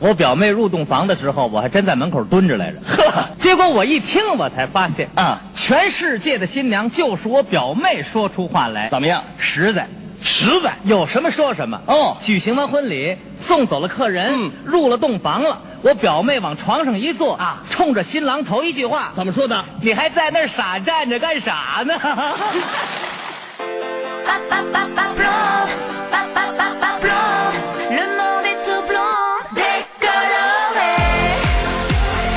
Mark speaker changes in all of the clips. Speaker 1: 我表妹入洞房的时候，我还真在门口蹲着来着。
Speaker 2: 呵
Speaker 1: 结果我一听，我才发现
Speaker 2: 啊，
Speaker 1: 全世界的新娘就是我表妹说出话来，
Speaker 2: 怎么样？
Speaker 1: 实在。
Speaker 2: 实在
Speaker 1: 有什么说什么
Speaker 2: 哦
Speaker 1: 举行完婚礼，送走了客人，
Speaker 2: 嗯
Speaker 1: 入了洞房了。我表妹往床上一坐
Speaker 2: 啊
Speaker 1: 冲着新郎头一句话
Speaker 2: 怎么说的？：“
Speaker 1: 你还在那儿傻站着干啥呢？”
Speaker 3: Pa, pa, pa, pa, blonde. Pa, pa, pa, pa, blonde. Le monde est tout blond, décoloré.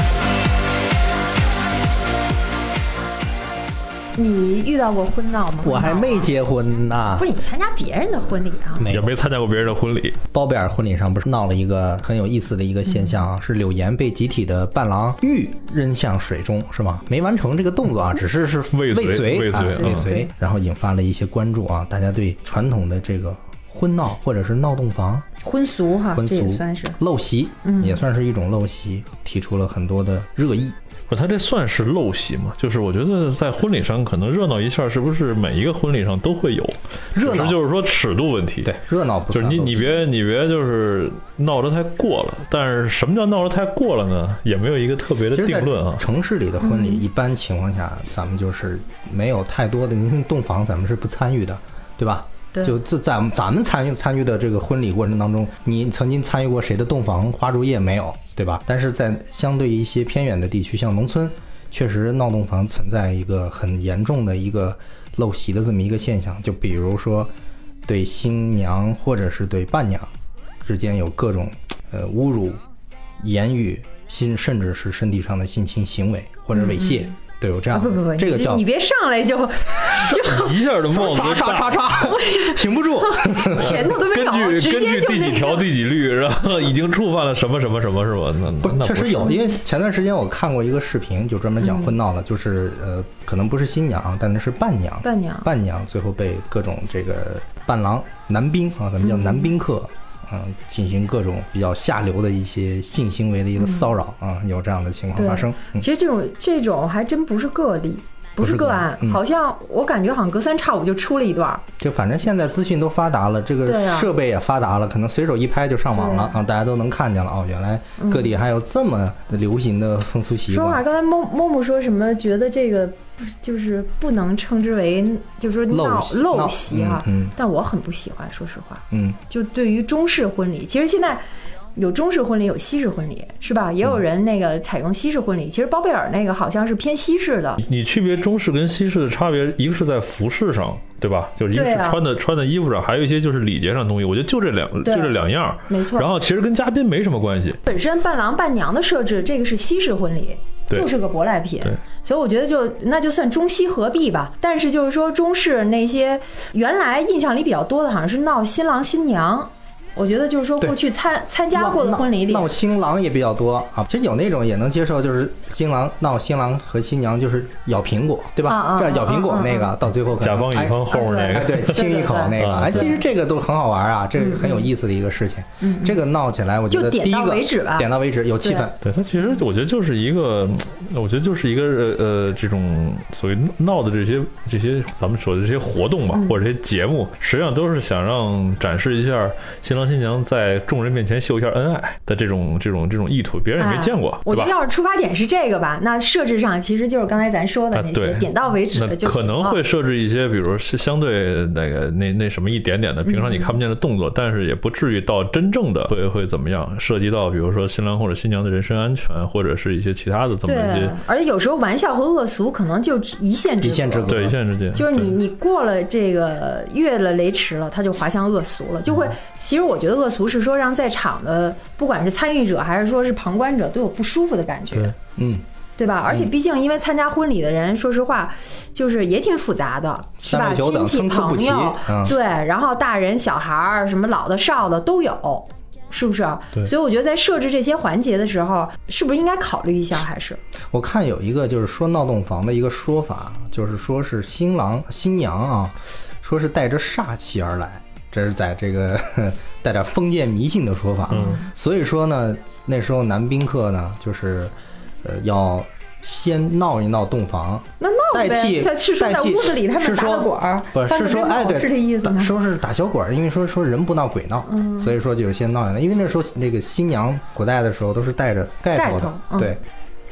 Speaker 4: 你遇到过婚闹吗？
Speaker 5: 我还没结婚呢
Speaker 4: 不，是你参加别人的婚礼啊？
Speaker 5: 没
Speaker 6: 也没参加过别人的婚礼，
Speaker 5: 包贝尔婚礼上不是闹了一个很有意思的一个现象
Speaker 6: 嗯
Speaker 5: 啊，是柳岩被集体的伴郎玉扔向水中，是吗？没完成这个动作啊，只是是
Speaker 6: 嗯未遂
Speaker 5: 遂
Speaker 6: 未
Speaker 5: 啊
Speaker 6: 遂
Speaker 5: 未
Speaker 6: 嗯
Speaker 5: 遂，然后引发了一些关注啊，大家对传统的这个婚闹或者是闹洞房
Speaker 4: 婚俗哈，
Speaker 5: 婚
Speaker 4: 啊这
Speaker 5: 俗
Speaker 4: 也算是嗯
Speaker 5: 陋习，也算是一种陋习，提出了很多的热议。
Speaker 6: 不，他这算是陋习嘛？就是我觉得在婚礼上可能热闹一下，是不是每一个婚礼上都会有？
Speaker 5: 热
Speaker 6: 只
Speaker 5: 闹
Speaker 6: 是就是说尺度问题。
Speaker 5: 对，热闹不
Speaker 6: 就是
Speaker 5: 算
Speaker 6: 你
Speaker 5: 陋
Speaker 6: 你
Speaker 5: 习
Speaker 6: 别你别就是闹得太过了。但是什么叫闹得太过了呢？也没有一个特别的
Speaker 5: 其实，在
Speaker 6: 定论啊。
Speaker 5: 城市里的婚礼，一般情况下，咱们就是没有太多的，你看洞房咱们是不参与的，对吧？
Speaker 4: 对
Speaker 5: 就自咱们咱们参与参与的这个婚礼过程当中，你曾经参与过谁的洞房花烛夜没有？对吧？但是在相对一些偏远的地区，像农村，确实闹洞房存在一个很严重的一个陋习的这么一个现象。就比如说，对新娘或者是对伴娘之间有各种呃侮辱、言语，心甚至是身体上的性侵行为或者猥亵，都有这
Speaker 4: 嗯
Speaker 5: 样
Speaker 4: 啊不
Speaker 5: 的。
Speaker 4: 不不，
Speaker 5: 这个
Speaker 4: 你
Speaker 5: 叫
Speaker 4: 你别上来就
Speaker 6: 一下就帽子
Speaker 5: 叉
Speaker 6: 就
Speaker 5: 叉叉
Speaker 6: 大。
Speaker 5: 叉， 停不住。
Speaker 4: 前头都没
Speaker 6: 根
Speaker 4: 搞，
Speaker 6: 据
Speaker 4: 直
Speaker 6: 根
Speaker 4: 接
Speaker 6: 据
Speaker 4: 就
Speaker 6: 第
Speaker 4: 那
Speaker 6: 几条
Speaker 4: 个。
Speaker 6: 第几律，然后已经触犯了什么什么什么是吧？那
Speaker 5: 不
Speaker 6: 那，
Speaker 5: 确实有，
Speaker 6: 是
Speaker 5: 因为前段时间我看过一个视频，就专门
Speaker 4: 嗯
Speaker 5: 讲婚闹的，就是呃，可能不是新娘，啊但是是伴娘，
Speaker 4: 伴娘
Speaker 5: 伴娘最后被各种这个伴郎、男宾啊，咱们叫男宾客，嗯、进行各种比较下流的一些性行为的一个骚扰啊，有这样的情况
Speaker 4: 嗯对
Speaker 5: 发生。嗯
Speaker 4: 其实这种这种还真不是个例，不
Speaker 5: 是
Speaker 4: 是
Speaker 5: 个
Speaker 4: 个
Speaker 5: 案
Speaker 4: 案，
Speaker 5: 嗯
Speaker 4: 好像我感觉好像隔三差五就出了一段儿。
Speaker 5: 就反正现在资讯都发达了，这
Speaker 4: 对
Speaker 5: 个
Speaker 4: 啊
Speaker 5: 设备也发达了，可能随手一拍就上网了
Speaker 4: 对
Speaker 5: 啊，大家都能看见了哦。原来各地还有这么流行的风俗习
Speaker 4: 说实话，
Speaker 5: 惯，
Speaker 4: 刚才猫猫猫说什么，觉得这个不是就是不能称之为，就是说闹
Speaker 5: 陋习
Speaker 4: 陋习哈、
Speaker 5: 嗯嗯
Speaker 4: 但我很不喜欢，说实话。
Speaker 5: 嗯，
Speaker 4: 就对于中式婚礼，其实现在有中式婚礼，有西式婚礼，是吧？也有人那个采用西式婚礼。其实包贝尔那个好像是偏西式的，
Speaker 6: 你区别中式跟西式的差别，一个是在服饰上，对吧？就是一个
Speaker 4: 对
Speaker 6: 是
Speaker 4: 啊
Speaker 6: 穿的、穿的衣服上，还有一些就是礼节上的东西。我觉得就这两就
Speaker 4: 对
Speaker 6: 这两样儿，
Speaker 4: 没错
Speaker 6: 然后其实跟嘉宾没什么关系，
Speaker 4: 本身伴郎伴娘的设置，这个是西式婚礼。
Speaker 6: 对
Speaker 4: 就是个舶来品
Speaker 6: 对，
Speaker 4: 所以我觉得就那就算中西合璧吧。但是就是说中式那些原来印象里比较多的，好像是闹新郎新娘。我觉得就是说
Speaker 5: 对
Speaker 4: 过去参参加过的
Speaker 5: 闹
Speaker 4: 婚礼里，啊
Speaker 5: 闹新郎也比较多啊。其实有那种也能接受，就是新郎闹新郎和新娘就是咬苹果，对
Speaker 4: 啊啊
Speaker 5: 吧？
Speaker 4: 啊
Speaker 5: 这样咬苹果
Speaker 4: 啊啊
Speaker 5: 那个到最后可能
Speaker 6: 甲方
Speaker 5: 哎
Speaker 6: 乙方后面那
Speaker 5: 哎，
Speaker 6: 个。
Speaker 5: 对，亲一口那个，
Speaker 6: 对
Speaker 5: 哎，
Speaker 6: 对
Speaker 5: 其实这个都很好玩啊，这很有意思的一个事情。嗯，这个闹起来，我觉
Speaker 4: 就
Speaker 5: 得
Speaker 4: 点
Speaker 5: 第一
Speaker 4: 到
Speaker 5: 个
Speaker 4: 为止吧
Speaker 5: 点到为止，有气
Speaker 4: 对
Speaker 5: 氛。
Speaker 6: 对它其实我觉得就是一个，嗯我觉得就是一个呃呃这种所谓闹的这些这些咱们说的这些活动吧，
Speaker 4: 嗯
Speaker 6: 或者这些节目，实际上都是想让展示一下新郎新娘在众人面前秀一下恩爱的这种这种这种意图，别人也没见过，
Speaker 4: 啊我
Speaker 6: 对
Speaker 4: 觉
Speaker 6: 吧
Speaker 4: 得？要是出发点是这个吧，那设置上其实就是刚才咱说的
Speaker 6: 啊
Speaker 4: 那，些，
Speaker 6: 对，
Speaker 4: 点到为止
Speaker 6: 那
Speaker 4: 就行
Speaker 6: 可能
Speaker 4: 了
Speaker 6: 会设置一些，比如是相对那个那那什么一点点的，平常
Speaker 4: 嗯
Speaker 6: 你看不见的动作，但是也不至于到真正的会会怎么样，涉及到比如说新郎或者新娘的人身安全，或者是一些其他的这么
Speaker 4: 对
Speaker 6: 一些，
Speaker 4: 而且有时候玩笑和恶俗可能就一线之
Speaker 5: 一线之隔
Speaker 6: 对一线之间，
Speaker 4: 就是你
Speaker 6: 对
Speaker 4: 你过了这个越了雷池了，它就滑向恶俗了，就
Speaker 5: 嗯
Speaker 4: 会。其实我觉得恶俗是说让在场的不管是参与者还是说是旁观者都有不舒服的感觉，
Speaker 6: 对
Speaker 5: 嗯，
Speaker 4: 对吧？而且毕竟因为参加婚礼的人，说实话，就是也挺复杂的，是
Speaker 5: 三
Speaker 4: 吧？
Speaker 5: 六九
Speaker 4: 亲
Speaker 5: 等
Speaker 4: 戚
Speaker 5: 参差不
Speaker 4: 朋
Speaker 5: 齐
Speaker 4: 友，
Speaker 5: 嗯
Speaker 4: 对，然后大人小孩儿，什么老的少的都有。是不是？
Speaker 6: 对
Speaker 4: 所以我觉得在设置这些环节的时候，是不是应该考虑一下？还是
Speaker 5: 我看有一个就是说闹洞房的一个说法，就是说是新郎新娘啊，说是带着煞气而来，这是在这个 带点封建迷信的说法。
Speaker 6: 嗯
Speaker 5: 所以说呢，那时候男宾客呢，就是呃要先闹一闹洞房，
Speaker 4: 那闹
Speaker 5: 代替
Speaker 4: 呗，再去说
Speaker 5: 代
Speaker 4: 在
Speaker 5: 替
Speaker 4: 屋子里他
Speaker 5: 是
Speaker 4: 们打
Speaker 5: 说
Speaker 4: 个管儿，
Speaker 5: 不是
Speaker 4: 翻
Speaker 5: 是
Speaker 4: 个
Speaker 5: 说
Speaker 4: 跟
Speaker 5: 哎
Speaker 4: 头
Speaker 5: 对，
Speaker 4: 是这意思吗嗯
Speaker 5: 打？说是打小鬼儿，因为说说人不闹鬼闹，所以说就先闹一闹。因为那时候那个新娘古代的时候都是戴着盖头
Speaker 4: 盖头
Speaker 5: 的，
Speaker 4: 嗯
Speaker 5: 对，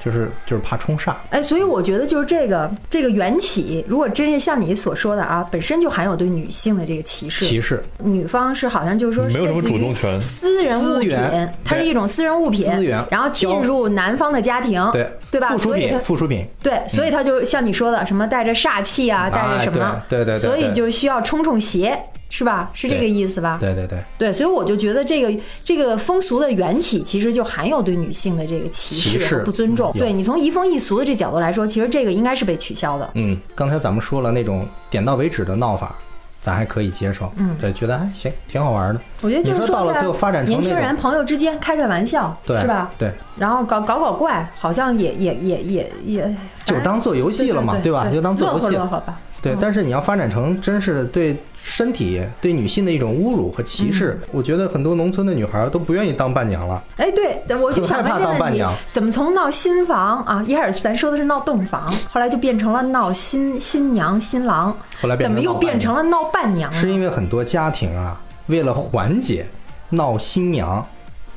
Speaker 5: 就是就是怕冲煞。
Speaker 4: 哎，所以我觉得就是这个这个缘起，如果真是像你所说的啊，本身就含有对女性的这个歧视，
Speaker 5: 歧视
Speaker 4: 女方是好像就是说
Speaker 6: 没有什
Speaker 4: 类
Speaker 6: 么
Speaker 4: 似于
Speaker 6: 主动权
Speaker 4: 私人物
Speaker 5: 资
Speaker 4: 品
Speaker 5: 源，
Speaker 4: 它是一种私人物品，
Speaker 5: 资源
Speaker 4: 然后进入男方的家庭，
Speaker 5: 对
Speaker 4: 哦对吧？
Speaker 5: 附属
Speaker 4: 所以
Speaker 5: 品
Speaker 4: 它
Speaker 5: 附属品
Speaker 4: 对，所
Speaker 6: 嗯
Speaker 4: 以它就像你说的，什么带着煞气啊，带着什么，
Speaker 5: 哎对对对对
Speaker 4: 所以
Speaker 5: 对
Speaker 4: 就需要冲冲邪，是吧？是这个
Speaker 5: 对
Speaker 4: 意思吧？
Speaker 5: 对对对
Speaker 4: 对，所以我就觉得这个这个风俗的缘起，其实就含有对女性的这个歧
Speaker 5: 歧
Speaker 4: 视
Speaker 5: 视
Speaker 4: 和不尊重。
Speaker 5: 嗯有
Speaker 4: 对你从移风易俗的这角度来说，其实这个应该是被取消的。
Speaker 5: 嗯，刚才咱们说了那种点到为止的闹法，咱还可以接受，嗯，咱觉得哎行，挺好玩的。
Speaker 4: 我觉得就是
Speaker 5: 你说到了
Speaker 4: 在
Speaker 5: 最后发展成
Speaker 4: 年
Speaker 5: 那
Speaker 4: 轻
Speaker 5: 种
Speaker 4: 人朋友之间开开玩笑，
Speaker 5: 对，
Speaker 4: 是吧？
Speaker 5: 对，
Speaker 4: 然后搞搞搞怪，好像也也也也也，
Speaker 5: 就当做游戏了嘛，
Speaker 4: 对对
Speaker 5: 吧？
Speaker 4: 对
Speaker 5: 就当做游戏
Speaker 4: 乐呵乐呵吧。嗯
Speaker 5: 对，但是你要发展成真是对身体、对女性的一种侮辱和歧视，我觉得很多农村的女孩都不愿意当伴娘了。
Speaker 4: 哎，对，我就想问
Speaker 5: 很害怕
Speaker 4: 这
Speaker 5: 当
Speaker 4: 问
Speaker 5: 伴
Speaker 4: 题
Speaker 5: 娘，
Speaker 4: 怎么从闹新房啊，一开始咱说的是闹洞房，后来就变成了闹新新娘新郎，
Speaker 5: 后来变
Speaker 4: 怎
Speaker 5: 成
Speaker 4: 么又
Speaker 5: 闹伴
Speaker 4: 变
Speaker 5: 娘
Speaker 4: 成了闹伴娘呢？
Speaker 5: 是因为很多家庭啊，为了缓解闹新娘、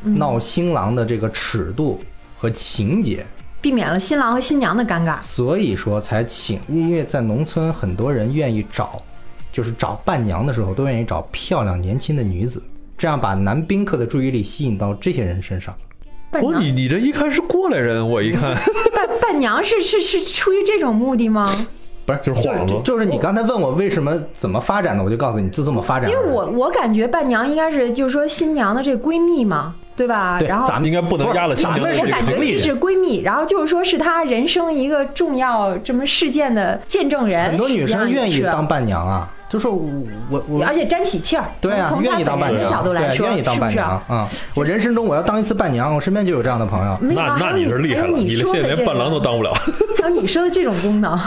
Speaker 5: 闹新郎的这个尺度和情节，
Speaker 4: 避免了新郎和新娘的尴尬。
Speaker 5: 所以说才请，因为在农村很多人愿意找，就是找伴娘的时候都愿意找漂亮年轻的女子，这样把男宾客的注意力吸引到这些人身上。
Speaker 4: 伴
Speaker 6: 哦，
Speaker 4: 娘
Speaker 6: 你你这一看是过来人，我一 看
Speaker 4: 伴伴娘是是是出于这种目的吗？
Speaker 5: 不是，
Speaker 6: 就是
Speaker 5: 就
Speaker 6: 幌
Speaker 5: 就
Speaker 6: 子
Speaker 5: 就是你刚才问我为什么怎么发展的，我就告诉你，就这么发展而
Speaker 4: 因
Speaker 5: 已。
Speaker 4: 为我我感觉伴娘应该是就是说新娘的这闺蜜嘛，对吧？
Speaker 5: 对
Speaker 4: 然后
Speaker 5: 咱们
Speaker 6: 应该不能压了新
Speaker 5: 咱
Speaker 6: 娘
Speaker 5: 们
Speaker 6: 的
Speaker 5: 是
Speaker 4: 我
Speaker 6: 这个
Speaker 4: 感觉
Speaker 5: 城里
Speaker 4: 既是
Speaker 5: 人，
Speaker 4: 闺蜜，然后就是说是她人生一个重要什么事件的见证人，
Speaker 5: 很多女生愿意当
Speaker 4: 实
Speaker 5: 伴娘啊，就说我我
Speaker 4: 际上也是，而
Speaker 5: 我。
Speaker 4: 且沾喜气儿。
Speaker 5: 对啊
Speaker 4: 从，从
Speaker 5: 愿
Speaker 4: 她
Speaker 5: 意当伴
Speaker 4: 本人的
Speaker 5: 娘，
Speaker 4: 角度来
Speaker 5: 对，
Speaker 4: 说，
Speaker 5: 愿意当伴娘
Speaker 4: 是
Speaker 5: 啊！我人生中我要当一次伴娘，我身边就有这样的朋友。
Speaker 4: 不是？没有
Speaker 6: 那
Speaker 4: 啊
Speaker 6: 那
Speaker 4: 还有
Speaker 6: 你
Speaker 4: 你
Speaker 6: 是厉害
Speaker 4: 还有
Speaker 6: 了，你
Speaker 4: 你说
Speaker 6: 现
Speaker 4: 的
Speaker 6: 在连
Speaker 4: 这
Speaker 6: 伴
Speaker 4: 个
Speaker 6: 郎都当不了。
Speaker 4: 还有你说的这种功 能，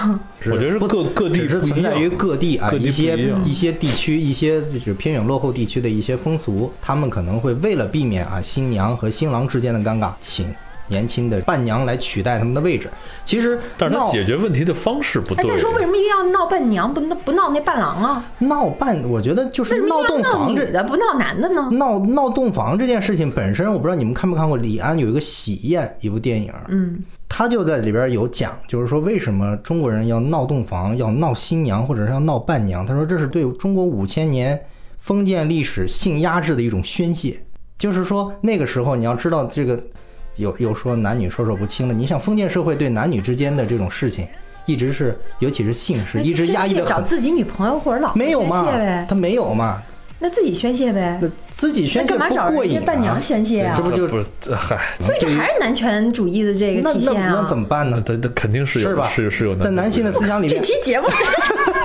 Speaker 6: 我觉得是各各地
Speaker 5: 只是
Speaker 6: 不一
Speaker 5: 存在于
Speaker 6: 样。
Speaker 5: 各地啊，
Speaker 6: 各地
Speaker 5: 一些
Speaker 6: 不一样
Speaker 5: 一些地区，一些就是偏远落后地区的一些风俗，他们可能会为了避免啊新娘和新郎之间的尴尬，请年轻的伴娘来取代他们的位置。其实闹，
Speaker 6: 但是他解决问题的方式不
Speaker 4: 哎，
Speaker 6: 对。
Speaker 4: 再说为什么一定要闹伴娘，不闹不闹那伴郎啊？
Speaker 5: 闹伴，我觉得就
Speaker 4: 为
Speaker 5: 是
Speaker 4: 什么
Speaker 5: 闹
Speaker 4: 一定
Speaker 5: 洞
Speaker 4: 要闹
Speaker 5: 房
Speaker 4: 女
Speaker 5: 这
Speaker 4: 的，不闹男的呢？
Speaker 5: 闹闹洞房这件事情本身，我不知道你们看没看过李安有一个《喜宴》一部电影，
Speaker 4: 嗯，
Speaker 5: 他就在里边有讲，就是说为什么中国人要闹洞房，要闹新娘或者是要闹伴娘，他说这是对中国五千年封建历史性压制的一种宣泄，就是说那个时候你要知道这个有有说男女授受不亲了，你想封建社会对男女之间的这种事情一直是，尤其是性事，
Speaker 4: 哎
Speaker 5: 一直
Speaker 4: 宣
Speaker 5: 压抑
Speaker 4: 泄
Speaker 5: 的
Speaker 4: 找
Speaker 5: 很。
Speaker 4: 自己女朋友或者老婆
Speaker 5: 没有
Speaker 4: 宣
Speaker 5: 嘛
Speaker 4: 泄呗，
Speaker 5: 他没有嘛，
Speaker 4: 那自己宣泄呗
Speaker 5: 那。自己宣
Speaker 4: 那
Speaker 5: 泄
Speaker 4: 干嘛找
Speaker 5: 不过
Speaker 4: 人
Speaker 5: 瘾、
Speaker 4: 家
Speaker 5: 啊，
Speaker 4: 伴娘宣泄啊
Speaker 5: 这不
Speaker 6: 这
Speaker 5: 就
Speaker 6: 不是哎这嗨，
Speaker 4: 所以这还是男权主义的这个
Speaker 5: 那
Speaker 4: 体现啊！
Speaker 5: 那那怎么办
Speaker 6: 那
Speaker 5: 呢？
Speaker 6: 他他肯定是有
Speaker 5: 是吧？
Speaker 6: 是是有
Speaker 5: 在男性的思想里
Speaker 4: 这
Speaker 5: 面，
Speaker 4: 期节目真的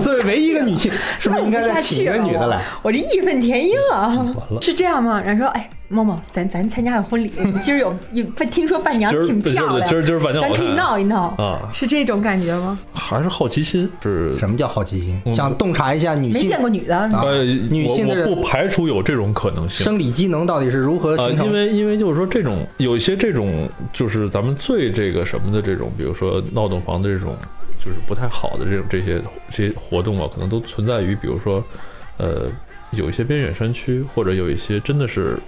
Speaker 5: 作为唯一一个女性，是不是应该
Speaker 4: 录不下
Speaker 5: 再请一
Speaker 4: 去
Speaker 5: 个
Speaker 4: 了
Speaker 5: 女的来？嗯
Speaker 4: 我我这义愤填膺啊！
Speaker 6: 完了
Speaker 4: 是这样吗？然后说，哎，默默，咱咱参加个 婚礼，今儿有有听说伴娘
Speaker 6: 今儿
Speaker 4: 挺漂亮，
Speaker 6: 今儿今儿伴娘
Speaker 4: 咱
Speaker 6: 我
Speaker 4: 可以
Speaker 6: 看
Speaker 4: 闹一闹
Speaker 6: 啊
Speaker 4: 是这种感觉吗？
Speaker 6: 还是好奇心是
Speaker 5: 什么叫好奇心？想洞察一下女
Speaker 4: 没
Speaker 5: 性
Speaker 4: 见过女的，
Speaker 5: 啊
Speaker 6: 呃，
Speaker 5: 女性
Speaker 6: 我
Speaker 5: 的
Speaker 6: 我不排除有这种可能性。
Speaker 5: 生理机能到底是如何
Speaker 6: 啊，
Speaker 5: 形成？
Speaker 6: 因为因为就是说这种有一些这种就是咱们最这个什么的这种，比如说闹洞房的这种，就是不太好的这种这些这些活动啊，可能都存在于比如说，呃，有一些边远山区，或者有一些真的是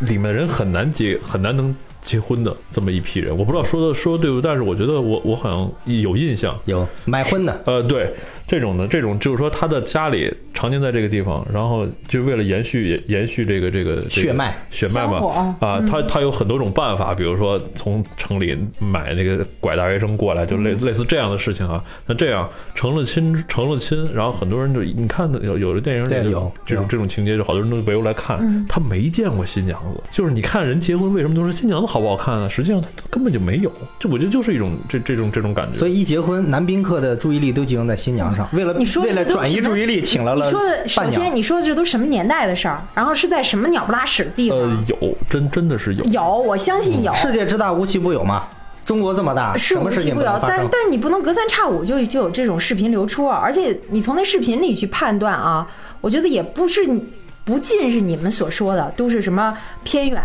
Speaker 6: 里面的人很难结很难能。结婚的这么一批人，我不知道说的说对不对，但是我觉得我我好像有印象，
Speaker 5: 有买婚的，
Speaker 6: 呃，对，这种的，这种就是说他的家里常年在这个地方，然后就为了延续延续这个这个、这个
Speaker 5: 血脉
Speaker 6: 血脉
Speaker 4: 香火
Speaker 6: 嘛，啊，他他有很多种办法，比如说从城里买那个拐大学生过来，就类类似这样的事情啊。那这样成了亲，成了亲，然后很多人就你看有有的电影里
Speaker 5: 对有
Speaker 6: 就这种
Speaker 5: 有
Speaker 6: 这种情节，就好多人都围过来看，他没见过新娘子，就是你看人结婚为什么都说新娘子好不好看啊？实际上他根本就没有，这我觉得就是一种这这种这种感觉。
Speaker 5: 所以一结婚，男宾客的注意力都集中在新娘上。为了
Speaker 4: 嗯你说的
Speaker 5: 为了
Speaker 4: 这都
Speaker 5: 转移
Speaker 4: 什么
Speaker 5: 注意力，请来
Speaker 4: 你
Speaker 5: 了
Speaker 4: 说的，首
Speaker 5: 伴
Speaker 4: 先
Speaker 5: 娘。
Speaker 4: 你说的这都什么年代的事儿？然后是在什么鸟不拉屎的地方？
Speaker 6: 呃，有真真的是有，
Speaker 4: 有，我相信有。
Speaker 5: 世界之大，无奇不有嘛。中国这么大，
Speaker 4: 是
Speaker 5: 什么
Speaker 4: 无
Speaker 5: 事
Speaker 4: 奇
Speaker 5: 情
Speaker 4: 不
Speaker 5: 不能
Speaker 4: 有，
Speaker 5: 发
Speaker 4: 但
Speaker 5: 生？
Speaker 4: 但是你不能隔三差五就就有这种视频流出啊！而且你从那视频里去判断啊，我觉得也不是你不尽是你们所说的，都是什么偏远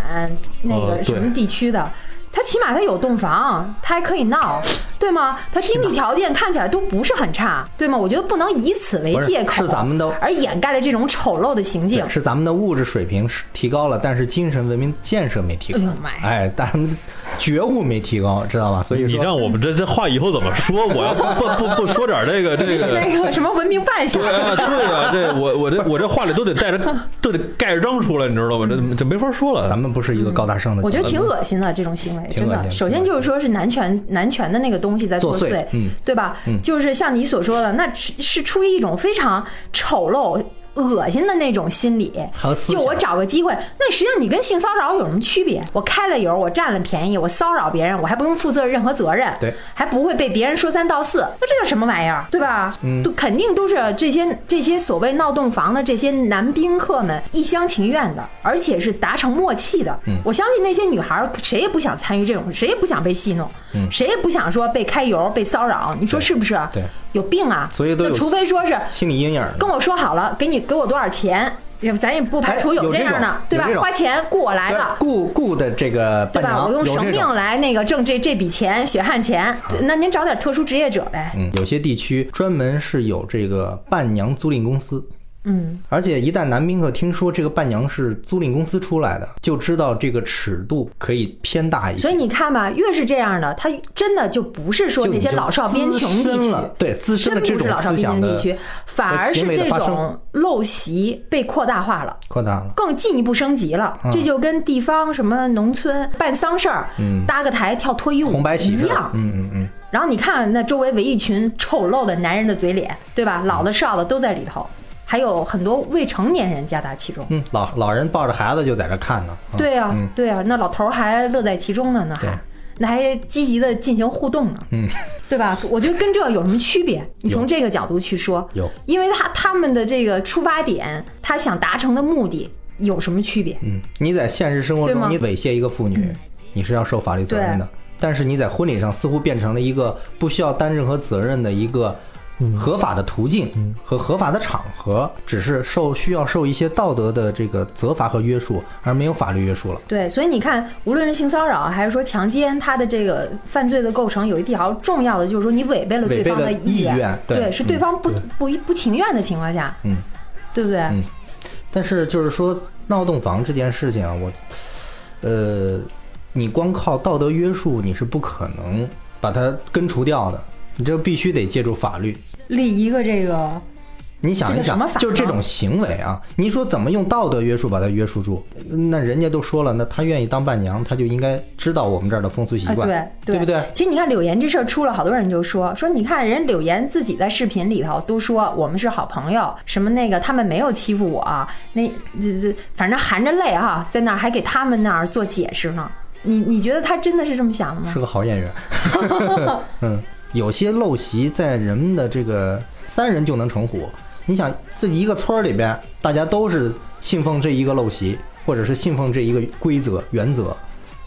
Speaker 4: 那
Speaker 6: 呃
Speaker 4: 个
Speaker 5: 哦
Speaker 6: 对
Speaker 4: 什么地区的。他起码他有洞房，他还可以闹，对吗？他经济条件看起来都不是很差，对吗？我觉得不能以此为
Speaker 5: 不是
Speaker 4: 借口，
Speaker 5: 是咱们的
Speaker 4: 而掩盖了这种丑陋的行径
Speaker 5: 对，。是咱们的物质水平是提高了，但是精神文明建设没提高
Speaker 4: 哎呦妈呀。
Speaker 5: 哎，咱们觉悟没提高，知道吧？所以说
Speaker 6: 嗯你让我们这这话以后怎么说？我要不不不不说点 这个这个。
Speaker 4: 那个什么文明办下
Speaker 6: 对，啊，对啊，这我我这我这话里都得带着，都得盖着章出来，你知道吗？这这没法说了。
Speaker 5: 咱们不是一个高大上的节目，
Speaker 4: 我觉得挺恶心的这种行为，真
Speaker 5: 挺
Speaker 4: 的。
Speaker 5: 恶心
Speaker 4: 首先就是说是男权男权的那个东西在
Speaker 5: 作
Speaker 4: 作
Speaker 5: 祟嗯
Speaker 4: 对吧？
Speaker 5: 嗯
Speaker 4: 就是像你所说的，那是是出于一种非常丑陋。恶心的那种心理
Speaker 5: 还有，思
Speaker 4: 就
Speaker 5: 想
Speaker 4: 我找个机会，那实际上你跟性骚扰有什么区别？我开了油，我占了便宜，我骚扰别人，我还不用负责任何责任，
Speaker 5: 对
Speaker 4: 还不会被别人说三道四，那这叫什么玩意儿，对吧？嗯，都肯定都是这些这些所谓闹洞房的这些男宾客们一厢情愿的，而且是达成默契的。嗯，我相信那些女孩儿谁也不想参与这种，谁也不想被戏弄，嗯，谁也不想说被开油、被骚扰，你说是不是？
Speaker 5: 对
Speaker 4: 有病啊！
Speaker 5: 所以都
Speaker 4: 那
Speaker 5: 有
Speaker 4: 除非说是
Speaker 5: 心理阴影儿。
Speaker 4: 跟我说好了，给你给我多少钱，也咱也不排除
Speaker 5: 哎有
Speaker 4: 这
Speaker 5: 这
Speaker 4: 样的，
Speaker 5: 种
Speaker 4: 对
Speaker 5: 有
Speaker 4: 吧
Speaker 5: 这？种
Speaker 4: 花钱雇我来的
Speaker 5: 对。雇雇的这个
Speaker 4: 对
Speaker 5: 伴
Speaker 4: 吧？
Speaker 5: 娘
Speaker 4: 我用
Speaker 5: 有
Speaker 4: 生
Speaker 5: 这
Speaker 4: 命
Speaker 5: 种
Speaker 4: 来那个挣这这笔钱，血汗钱。那您找点特殊职业者呗。
Speaker 5: 嗯，有些地区专门是有这个伴娘租赁公司。嗯，而且一旦男宾客听说这个伴娘是租赁公司出来的，就知道这个尺度可以偏大一些。
Speaker 4: 所以你看吧，越是这样的，他真的就不是说
Speaker 5: 就
Speaker 4: 那
Speaker 5: 已
Speaker 4: 些
Speaker 5: 经
Speaker 4: 老少边
Speaker 5: 滋
Speaker 4: 穷地
Speaker 5: 生
Speaker 4: 区
Speaker 5: 了，对滋生
Speaker 4: 真
Speaker 5: 了这
Speaker 4: 不是
Speaker 5: 种
Speaker 4: 老少
Speaker 5: 思
Speaker 4: 边
Speaker 5: 想
Speaker 4: 穷地
Speaker 5: 的
Speaker 4: 区，反而是
Speaker 5: 行为的
Speaker 4: 这
Speaker 5: 发
Speaker 4: 种
Speaker 5: 生
Speaker 4: 陋习被扩大化了。
Speaker 5: 扩大了。
Speaker 4: 更进一步升级了，
Speaker 5: 嗯
Speaker 4: 这就跟地方什么农村办丧事儿，搭个台跳脱衣舞
Speaker 5: 嗯红白喜
Speaker 4: 一
Speaker 5: 事儿
Speaker 4: 样，，
Speaker 5: 嗯嗯嗯，
Speaker 4: 然后你看那周围围一群丑陋的男人的嘴脸，对吧？
Speaker 5: 嗯
Speaker 4: 老的少的都在里头，还有很多未成年人夹杂其中。
Speaker 5: 嗯，老老人抱着孩子就在这看呢。嗯
Speaker 4: 对呀、
Speaker 5: 嗯
Speaker 4: 对呀、那老头儿还乐在其中呢，那
Speaker 5: 对
Speaker 4: 还那还积极的进行互动呢，
Speaker 5: 嗯，
Speaker 4: 对吧？我觉得跟这有什么区别？你从这个角度去说，
Speaker 5: 有
Speaker 4: 因为他他们的这个出发点，他想达成的目的有什么区别？
Speaker 5: 嗯，你在现实生活
Speaker 4: 对吗嗯
Speaker 5: 中你猥亵一个妇女，你是要受法律责任的。但是你在婚礼上似乎变成了一个不需要担任何责任的一个合法的途径和合法的场合，只是受需要受一些道德的这个责罚和约束，而没有法律约束了。
Speaker 4: 对，所以你看，无论是性骚扰还是说强奸，它的这个犯罪的构成有一条重要的就是说，你违背了对
Speaker 5: 违背
Speaker 4: 方的
Speaker 5: 了意
Speaker 4: 愿，
Speaker 5: 愿对
Speaker 4: 是对
Speaker 5: 嗯
Speaker 4: 方不、不不情愿的情况下，
Speaker 5: 嗯，
Speaker 4: 对不对？
Speaker 5: 嗯但是就是说闹洞房这件事情啊，我，呃，你光靠道德约束你是不可能把它根除掉的，你这必须得借助法律。
Speaker 4: 立一个这个，
Speaker 5: 你想
Speaker 4: 这
Speaker 5: 一
Speaker 4: 叫什
Speaker 5: 想
Speaker 4: 么法，
Speaker 5: 就是这
Speaker 4: 呢
Speaker 5: 种行为啊，你说怎么用道德约束把他约束住？那人家都说了，那他愿意当伴娘，他就应该知道我们这儿的风俗习
Speaker 4: 啊，
Speaker 5: 惯，
Speaker 4: 对
Speaker 5: 不对？
Speaker 4: 其实你看柳岩这事儿出了，好多人就说说，你看人柳岩自己在视频里头都说我们是好朋友，什么那个他们没有欺负我啊，那这这反正含着泪哈、在那儿还给他们那儿做解释呢。你你觉得他真的是这么想的吗
Speaker 5: 是？个好演 员。 嗯，有些陋习在人们的这个三人就能成虎。你想，这一个村儿里边，大家都是信奉这一个陋习，或者是信奉这一个规则原则，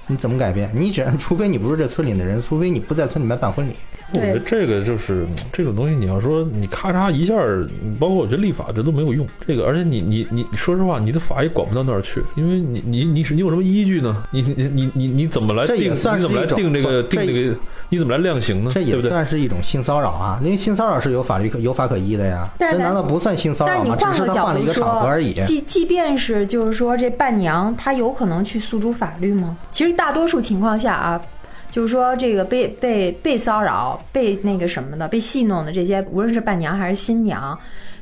Speaker 5: 你怎么改变？你只除非你不是这村里的人，除非你不在村里面办婚礼。
Speaker 6: 我觉得
Speaker 4: 对
Speaker 6: 这个就是嗯这种东西，你要说你咔嚓一下儿，嗯包括我觉得立法这都没有用。这个，而且你你你，说实话，你的法也管不到那儿去，因为你你你是你有什么依据呢？你你你你你怎么来
Speaker 5: 这也
Speaker 6: 定？你
Speaker 5: 算是
Speaker 6: 怎么来
Speaker 5: 一种
Speaker 6: 定这个
Speaker 5: 不这
Speaker 6: 定这个？你怎么来量刑呢？
Speaker 5: 这
Speaker 6: 对
Speaker 5: 也
Speaker 6: 不对？
Speaker 5: 算是一种性骚扰啊，因为性骚扰是有法律可有法可依的呀。
Speaker 4: 但是
Speaker 5: 这
Speaker 4: 咱
Speaker 5: 难道不算性骚
Speaker 4: 但是
Speaker 5: 扰
Speaker 4: 你
Speaker 5: 吗？只
Speaker 4: 换
Speaker 5: 是
Speaker 4: 个
Speaker 5: 他
Speaker 4: 角
Speaker 5: 换了一
Speaker 4: 度
Speaker 5: 个场合而
Speaker 4: 说
Speaker 5: 已，。
Speaker 4: 即即便是就是说这伴娘她有可能去诉诸法律吗？其实大多数情况下啊。就是说，这个被被被骚扰、被那个什么的、被戏弄的这些，无论是伴娘还是新娘，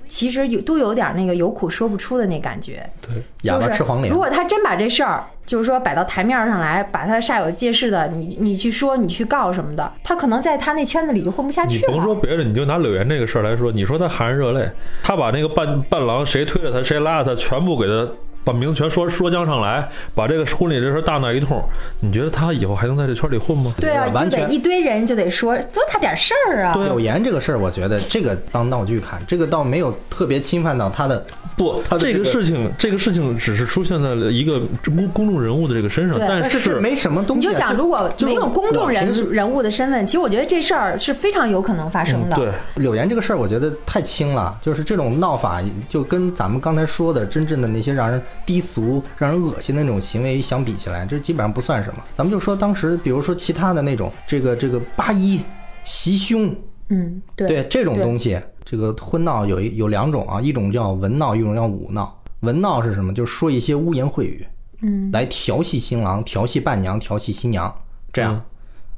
Speaker 4: 其实有都有点那个有苦说不出的那感觉。
Speaker 6: 对，
Speaker 5: 哑巴吃黄
Speaker 4: 就是、
Speaker 5: 连
Speaker 4: 如。果他真把这事儿，就是说摆到台面上来，把他煞有介事的，你你去说、你去告什么的，他可能在他那圈子里就混不下
Speaker 6: 你
Speaker 4: 去了。
Speaker 6: 甭说别人，你就拿柳岩这个事儿来说，你说他含着热泪，他把那个伴伴郎谁推着他，谁拉着他，全部给他把名字全说说将上来，把这个婚礼这事儿大闹一通，你觉得他以后还能在这圈里混吗？
Speaker 4: 对啊，
Speaker 5: 完
Speaker 4: 就得
Speaker 5: 全
Speaker 4: 一堆人就得说多他点事儿啊。
Speaker 5: 柳岩这个事儿，我觉得这个当闹剧看，这个倒没有特别侵犯到他的
Speaker 6: 不，
Speaker 5: 他的
Speaker 6: 这
Speaker 5: 这
Speaker 6: 个
Speaker 5: 个
Speaker 6: 事情，这个事情只是出现在了一个公公众人物的这个身上，
Speaker 4: 对
Speaker 6: 但
Speaker 5: 但是这没什么东
Speaker 4: 你
Speaker 5: 西啊。
Speaker 4: 就想，
Speaker 5: 这
Speaker 4: 如果
Speaker 5: 就
Speaker 4: 没有公众人
Speaker 5: 我平时
Speaker 4: 人物的身份，其实我觉得这事儿是非常有可能发生的。嗯
Speaker 6: 嗯对，
Speaker 5: 柳岩这个事儿，我觉得太轻了，就是这种闹法，就跟咱们刚才说的真正的那些让人低俗、让人恶心的那种行为相比起来，这基本上不算什么。咱们就说当时，比如说其他的那种，这个这个八一袭胸，
Speaker 4: 嗯，对
Speaker 5: 对这种
Speaker 4: 对
Speaker 5: 东西，这个婚闹有一有两种啊，一种叫文闹，一种叫武闹。文闹是什么？就是说一些污言秽语，嗯，来调戏新郎、调戏伴娘、调戏新娘，这样、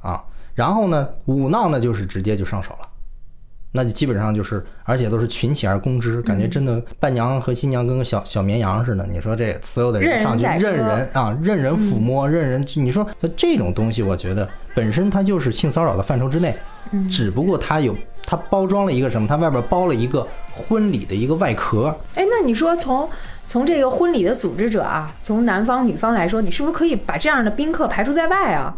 Speaker 4: 嗯
Speaker 5: 啊。然后呢，武闹呢就是直接就上手了。那就基本上就是，而且都是群起而攻之，感觉
Speaker 4: 嗯
Speaker 5: 真的伴娘和新娘跟个小小绵羊似的。你说这所有的
Speaker 4: 任
Speaker 5: 人
Speaker 4: 人
Speaker 5: 上去
Speaker 4: 宰
Speaker 5: 任
Speaker 4: 割嗯
Speaker 5: 人啊，任人抚摸，任人，你说这种东西，我觉得本身它就是性骚扰的范畴之内，
Speaker 4: 嗯
Speaker 5: 只不过它有它包装了一个什么，它外边包了一个婚礼的一个外壳，
Speaker 4: 哎，那你说从从这个婚礼的组织者啊，从男方女方来说，你是不是可以把这样的宾客排除在外啊？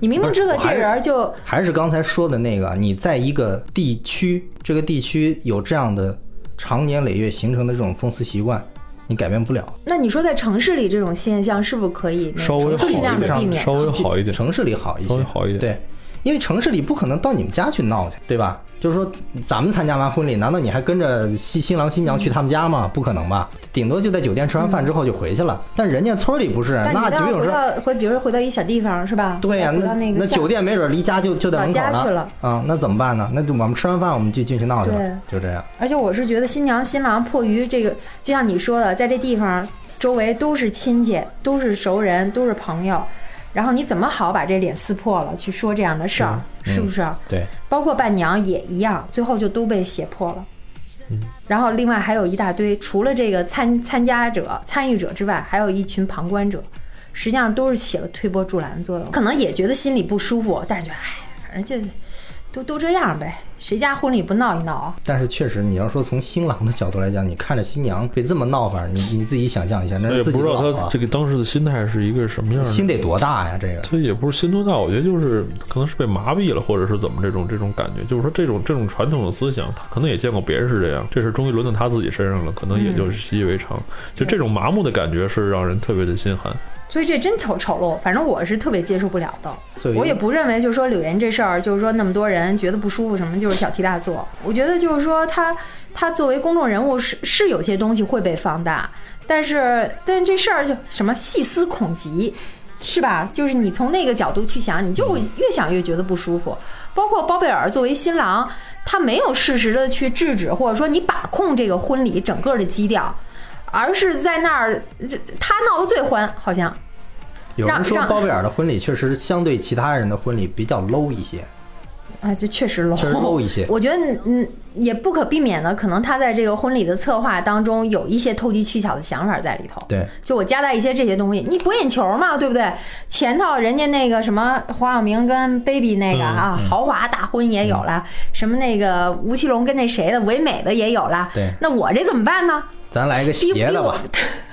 Speaker 4: 你明明知道
Speaker 5: 不
Speaker 4: 这
Speaker 5: 是我还是
Speaker 4: 人儿就
Speaker 5: 还是刚才说的那个，你在一个地区，这个地区有这样的长年累月形成的这种风俗习惯，你改变不了。
Speaker 4: 那你说在城市里这种现象是不是可以那
Speaker 6: 稍微好
Speaker 4: 尽量
Speaker 6: 一
Speaker 4: 的
Speaker 6: 点
Speaker 4: 避免？嗯
Speaker 6: 稍微好一点
Speaker 5: 城市里好一些，
Speaker 6: 稍微好一点
Speaker 5: 对，因为城市里不可能到你们家去闹去，对吧？就是说，咱们参加完婚礼，难道你还跟着新新郎新娘去他们家吗？不可能吧，顶多就在酒店吃完饭之后就回去了。但人家村里不是，
Speaker 4: 但
Speaker 5: 那
Speaker 4: 你
Speaker 5: 就
Speaker 4: 到
Speaker 5: 有
Speaker 4: 回
Speaker 5: 时候。
Speaker 4: 到回，比如说回到一小地方是吧？
Speaker 5: 对呀、
Speaker 4: 回到那
Speaker 5: 那
Speaker 4: 个
Speaker 5: 酒
Speaker 4: 乡
Speaker 5: 店没准离家就就在
Speaker 4: 老
Speaker 5: 门口
Speaker 4: 家去
Speaker 5: 了
Speaker 4: 了
Speaker 5: 啊、那怎么办呢？那就我们吃完饭我们就进去闹去了，就这样。
Speaker 4: 而且我是觉得新娘新郎迫于这个，就像你说的，在这地方周围都是亲戚，都是熟人，都是朋友，然后你怎么好把这脸撕破了去说这样的事儿，是不是？
Speaker 5: 对，
Speaker 4: 包括伴娘也一样，最后就都被胁迫了。然后另外还有一大堆，除了这个参参加者、参与者之外，还有一群旁观者，实际上都是起了推波助澜作用，可能也觉得心里不舒服，但是觉得哎，反正就都都这样呗，谁家婚礼不闹一闹啊？
Speaker 5: 但是确实，你要说从新郎的角度来讲，你看着新娘被这么闹法儿，你你自己想象一下，那
Speaker 6: 也
Speaker 5: 是
Speaker 6: 不
Speaker 5: 自己
Speaker 6: 知
Speaker 5: 的
Speaker 6: 道
Speaker 5: 老
Speaker 6: 他
Speaker 5: 婆
Speaker 6: 这，个当时的心态是一个什么样的
Speaker 5: 心得多大呀？这个
Speaker 6: 这也不是心多大，我觉得就是可能是被麻痹了，或者是怎么这种这种感觉，就是说这种这种传统的思想，他可能也见过别人是这样，这事终于轮到他自己身上了，可能也
Speaker 4: 嗯
Speaker 6: 就是习以为常。就这种麻木的感觉是让人特别的心寒。
Speaker 4: 所以这真丑丑陋，反正我是特别接受不了的。
Speaker 5: 作为
Speaker 4: 我也不认为，就是说柳岩这事儿，就是说那么多人觉得不舒服什么，就是小题大做。我觉得就是说他他作为公众人物是是有些东西会被放大，但是但这事儿就什么细思恐极。是吧？就是你从那个角度去想，你就会越想越觉得不舒服。包括包贝尔作为新郎，他没有适时的去制止，或者说你把控这个婚礼整个的基调，而是在那儿，这他闹得最欢，好像
Speaker 5: 有人
Speaker 4: 让
Speaker 5: 说
Speaker 4: 让
Speaker 5: 包贝尔的婚礼确实相对其他人的婚礼比较 low 一些，
Speaker 4: 啊，这确实 low，
Speaker 5: 确实 low 一些
Speaker 4: 我觉得，嗯，也不可避免的，可能他在这个婚礼的策划当中有一些投机取巧的想法在里头。
Speaker 5: 对
Speaker 4: 就我夹带一些这些东西，你博眼球嘛，对不对？前头人家那个什么黄晓明跟 baby 那
Speaker 5: 嗯
Speaker 4: 个啊，豪华大婚也有了，什么那个吴奇隆跟那谁的唯美的也有了。
Speaker 5: 对
Speaker 4: 那我这怎么办呢？
Speaker 5: 咱来个
Speaker 4: 逼逼
Speaker 5: 斜的
Speaker 4: 我
Speaker 5: 吧，，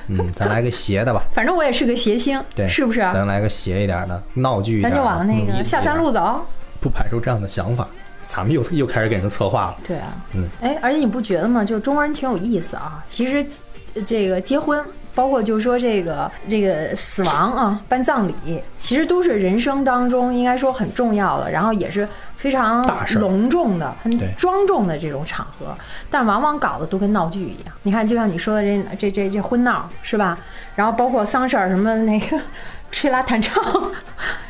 Speaker 5: 嗯，咱来个斜的吧，
Speaker 4: 反正我也是个谐星，
Speaker 5: 对，
Speaker 4: 是不是？
Speaker 5: 咱来个斜一点的闹剧一
Speaker 4: 咱
Speaker 5: 点的，
Speaker 4: 就往那
Speaker 5: 嗯
Speaker 4: 个下三，
Speaker 5: 一
Speaker 4: 路走。
Speaker 5: 不排除这样的想法，咱们又又开始给人策划了，
Speaker 4: 对啊，
Speaker 5: 嗯，
Speaker 4: 哎，而且你不觉得吗？就是中国人挺有意思啊。其实，呃这个结婚，包括就是说这个这个死亡啊，办葬礼，其实都是人生当中应该说很重要的，然后也是非常
Speaker 5: 大事儿
Speaker 4: 隆重的、
Speaker 5: 对
Speaker 4: 很庄重的这种场合，但往往搞得都跟闹剧一样。你看，就像你说的这这这这婚闹是吧？然后包括丧事儿什么那个 吹拉弹唱。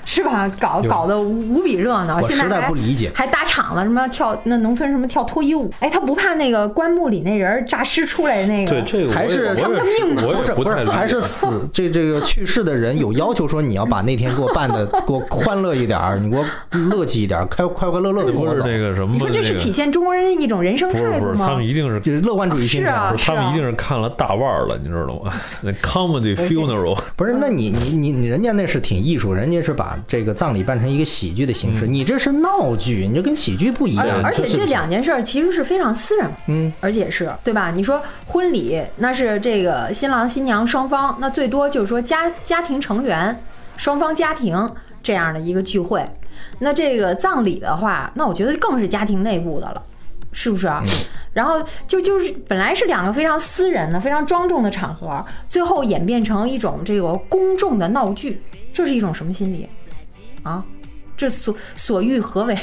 Speaker 4: 是吧？搞搞得无无比热闹，
Speaker 5: 我
Speaker 4: 现在
Speaker 5: 实在
Speaker 4: 还
Speaker 5: 不理解
Speaker 4: 还搭场子，什么跳那农村什么跳脱衣舞，哎，他不怕那个棺木里那人儿诈尸出来那个？
Speaker 6: 对这个我也
Speaker 5: 还是
Speaker 6: 我也
Speaker 5: 他们
Speaker 4: 的命吗
Speaker 6: 我
Speaker 5: 不
Speaker 6: 也
Speaker 5: 是不
Speaker 6: 不太
Speaker 5: 是，
Speaker 6: 理解
Speaker 5: 还是死这这个去世的人有要求说你要把那天给我办的给我欢乐一点儿，你给我乐气一点儿，开快快乐乐的跟
Speaker 6: 不
Speaker 5: 我
Speaker 6: 是
Speaker 5: 走，
Speaker 6: 那个什么，
Speaker 4: 你说这是
Speaker 6: 那个
Speaker 4: 体现中国人的一种人生
Speaker 6: 不是
Speaker 4: 态
Speaker 6: 不
Speaker 4: 度
Speaker 6: 是，他
Speaker 4: 吗
Speaker 6: 们？一定是
Speaker 5: 就是乐观主义精
Speaker 4: 是。
Speaker 5: 神
Speaker 4: 啊
Speaker 6: 不是他们一定是看了大腕儿了，你知道 吗？那 comedy funeral
Speaker 5: 不是，那
Speaker 4: 嗯
Speaker 5: 你你你你人家那是挺艺术，人家是把这个葬礼办成一个喜剧的形式，你这是闹剧，你这跟喜剧不一样。
Speaker 4: 嗯而而且
Speaker 5: 是
Speaker 4: 啊这两件事儿其实是非常私人，
Speaker 5: 嗯，
Speaker 4: 而且是对吧？你说婚礼那是这个新郎新娘双方，那最多就是说家家庭成员、双方家庭这样的一个聚会。那这个葬礼的话，那我觉得更是家庭内部的了。是不是啊？然后就就是本来是两个非常私人的、非常庄重的场合，最后演变成一种这个公众的闹剧，这是一种什么心理啊？这所所欲何为？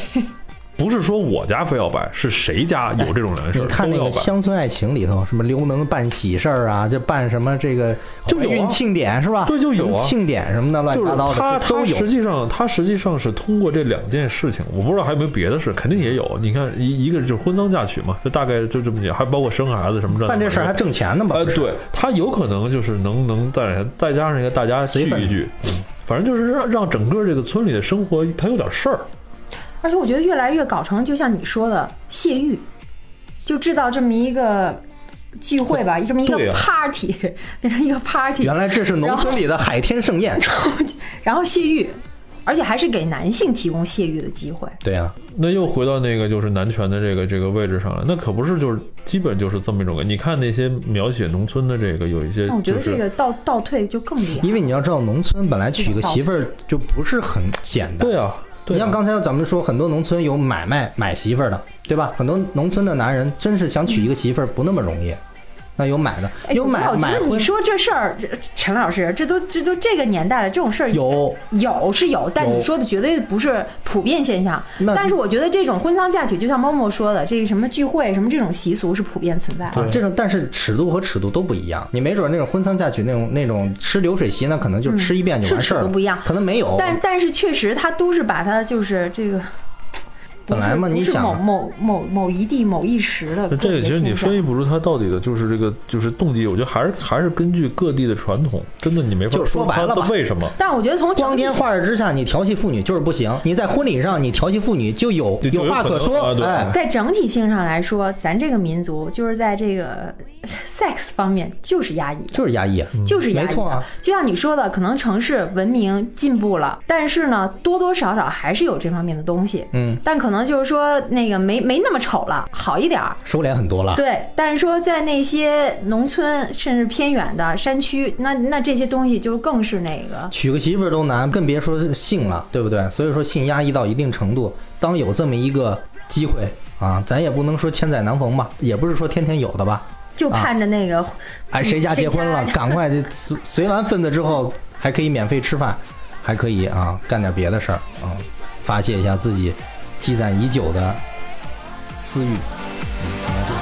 Speaker 6: 不是说我家非要摆，是谁家有这种人事
Speaker 5: 你
Speaker 6: 儿
Speaker 5: 看
Speaker 6: 都
Speaker 5: 那
Speaker 6: 要
Speaker 5: 个《
Speaker 6: 摆。
Speaker 5: 乡村爱情》里头，什么刘能办喜事儿啊，就办什么这个
Speaker 6: 就
Speaker 5: 怀
Speaker 6: 有啊
Speaker 5: 孕庆典是吧？
Speaker 6: 对就有啊
Speaker 5: 什么庆典什么的乱
Speaker 6: 就
Speaker 5: 七
Speaker 6: 是
Speaker 5: 八糟
Speaker 6: 他，
Speaker 5: 哎的，这都
Speaker 6: 他
Speaker 5: 有
Speaker 6: 实。际上，他实际上是通过这两件事情，我不知道还有没有别的事，肯定也有。你看，一一个就是婚丧嫁娶嘛，就大概就这么讲，还包括生孩子什么的。
Speaker 5: 办这事儿还挣钱呢嘛？
Speaker 6: 呃，
Speaker 5: 不是
Speaker 6: 对，他有可能就是能能再再加上一个大家聚一聚，
Speaker 5: 嗯
Speaker 6: 反正就是让让整个这个村里的生活它有点事儿。
Speaker 4: 而且我觉得越来越搞成，就像你说的泄欲，就制造这么一个聚会吧，这么一个
Speaker 6: 对啊
Speaker 4: party，、变 成一个 party，
Speaker 5: 哦原来这是农村里的海天盛 宴。
Speaker 4: 然后泄欲，而且还是给男性提供泄欲的机会。
Speaker 5: 对啊呀、
Speaker 6: 那又回到那个就是男权的这个这个位置上了，那可不是就是基本就是这么一种。你看那些描写农村的这个有一些、就是，
Speaker 4: 那我觉得这个倒倒退就更厉害。
Speaker 5: 因为你要知道，农村本来娶个媳妇儿就不是很简单。
Speaker 6: 对啊，对啊
Speaker 5: 你像刚才咱们说，很多农村有买卖买媳妇儿的，对吧？很多农村的男人真是想娶一个媳妇儿不那么容易，那有买的，
Speaker 4: 哎
Speaker 5: 有买
Speaker 4: 我觉
Speaker 5: 买
Speaker 4: 得
Speaker 5: 婚
Speaker 4: 你说这事儿，这陈老师，这都这都这个年代了，这种事儿
Speaker 5: 有
Speaker 4: 有是有，但
Speaker 5: 有
Speaker 4: 你说的绝对不是普遍现象。
Speaker 5: 那
Speaker 4: 但是我觉得这种婚丧嫁娶，就像默默说的，这个什么聚会什么这种习俗是普遍存在的。
Speaker 5: 啊，这种但是尺度和尺度都不一样，你没准儿那种婚丧嫁娶那种那种吃流水席，那可能就吃一遍就
Speaker 4: 是
Speaker 5: 完事
Speaker 4: 嗯尺
Speaker 5: 儿了，
Speaker 4: 度不一样
Speaker 5: 可能没有。
Speaker 4: 但但是确实，他都是把它就是这个，
Speaker 5: 本来嘛
Speaker 4: 不是
Speaker 5: 你想
Speaker 4: 不是某某某某一地某一时的
Speaker 6: 那这个其实你分析
Speaker 4: 析
Speaker 6: 不出它到底的就是这个就是动机，我觉得还是还是根据各地的传统，真的你没法
Speaker 5: 就说白了吧
Speaker 6: 它为什么。
Speaker 4: 但我觉得从整
Speaker 5: 光
Speaker 4: 体
Speaker 5: 天化日之下，你调戏妇女就是不行。你在婚礼上，你调戏妇女就有
Speaker 6: 就就有
Speaker 5: 话
Speaker 6: 可
Speaker 5: 可
Speaker 6: 能啊
Speaker 5: 说
Speaker 6: 对，
Speaker 5: 哎，
Speaker 4: 在整体性上来说，咱这个民族就是在这个 sex 方面就是压抑的。
Speaker 5: 就是压抑。
Speaker 4: 就是压抑的
Speaker 5: 没错啊
Speaker 4: 就像你说的，可能城市文明进步了，但是呢，多多少少还是有这方面的东西。
Speaker 5: 嗯，
Speaker 4: 但可能就是说那个没没那么丑了，好一点儿。
Speaker 5: 收敛很多了。
Speaker 4: 对，但是说在那些农村甚至偏远的山区，那那这些东西就更是那个。
Speaker 5: 娶个媳妇儿都难，更别说是性了，对不对？所以说性压抑到一定程度，当有这么一个机会啊，咱也不能说千载难逢吧，也不是说天天有的吧。
Speaker 4: 就看着那个，
Speaker 5: 啊哎，谁家结婚了，
Speaker 4: 谁家
Speaker 5: 赶快就随随完份子之后，还可以免费吃饭，还可以啊干点别的事儿啊，发泄一下自己积攒已久的私欲。嗯可能是这样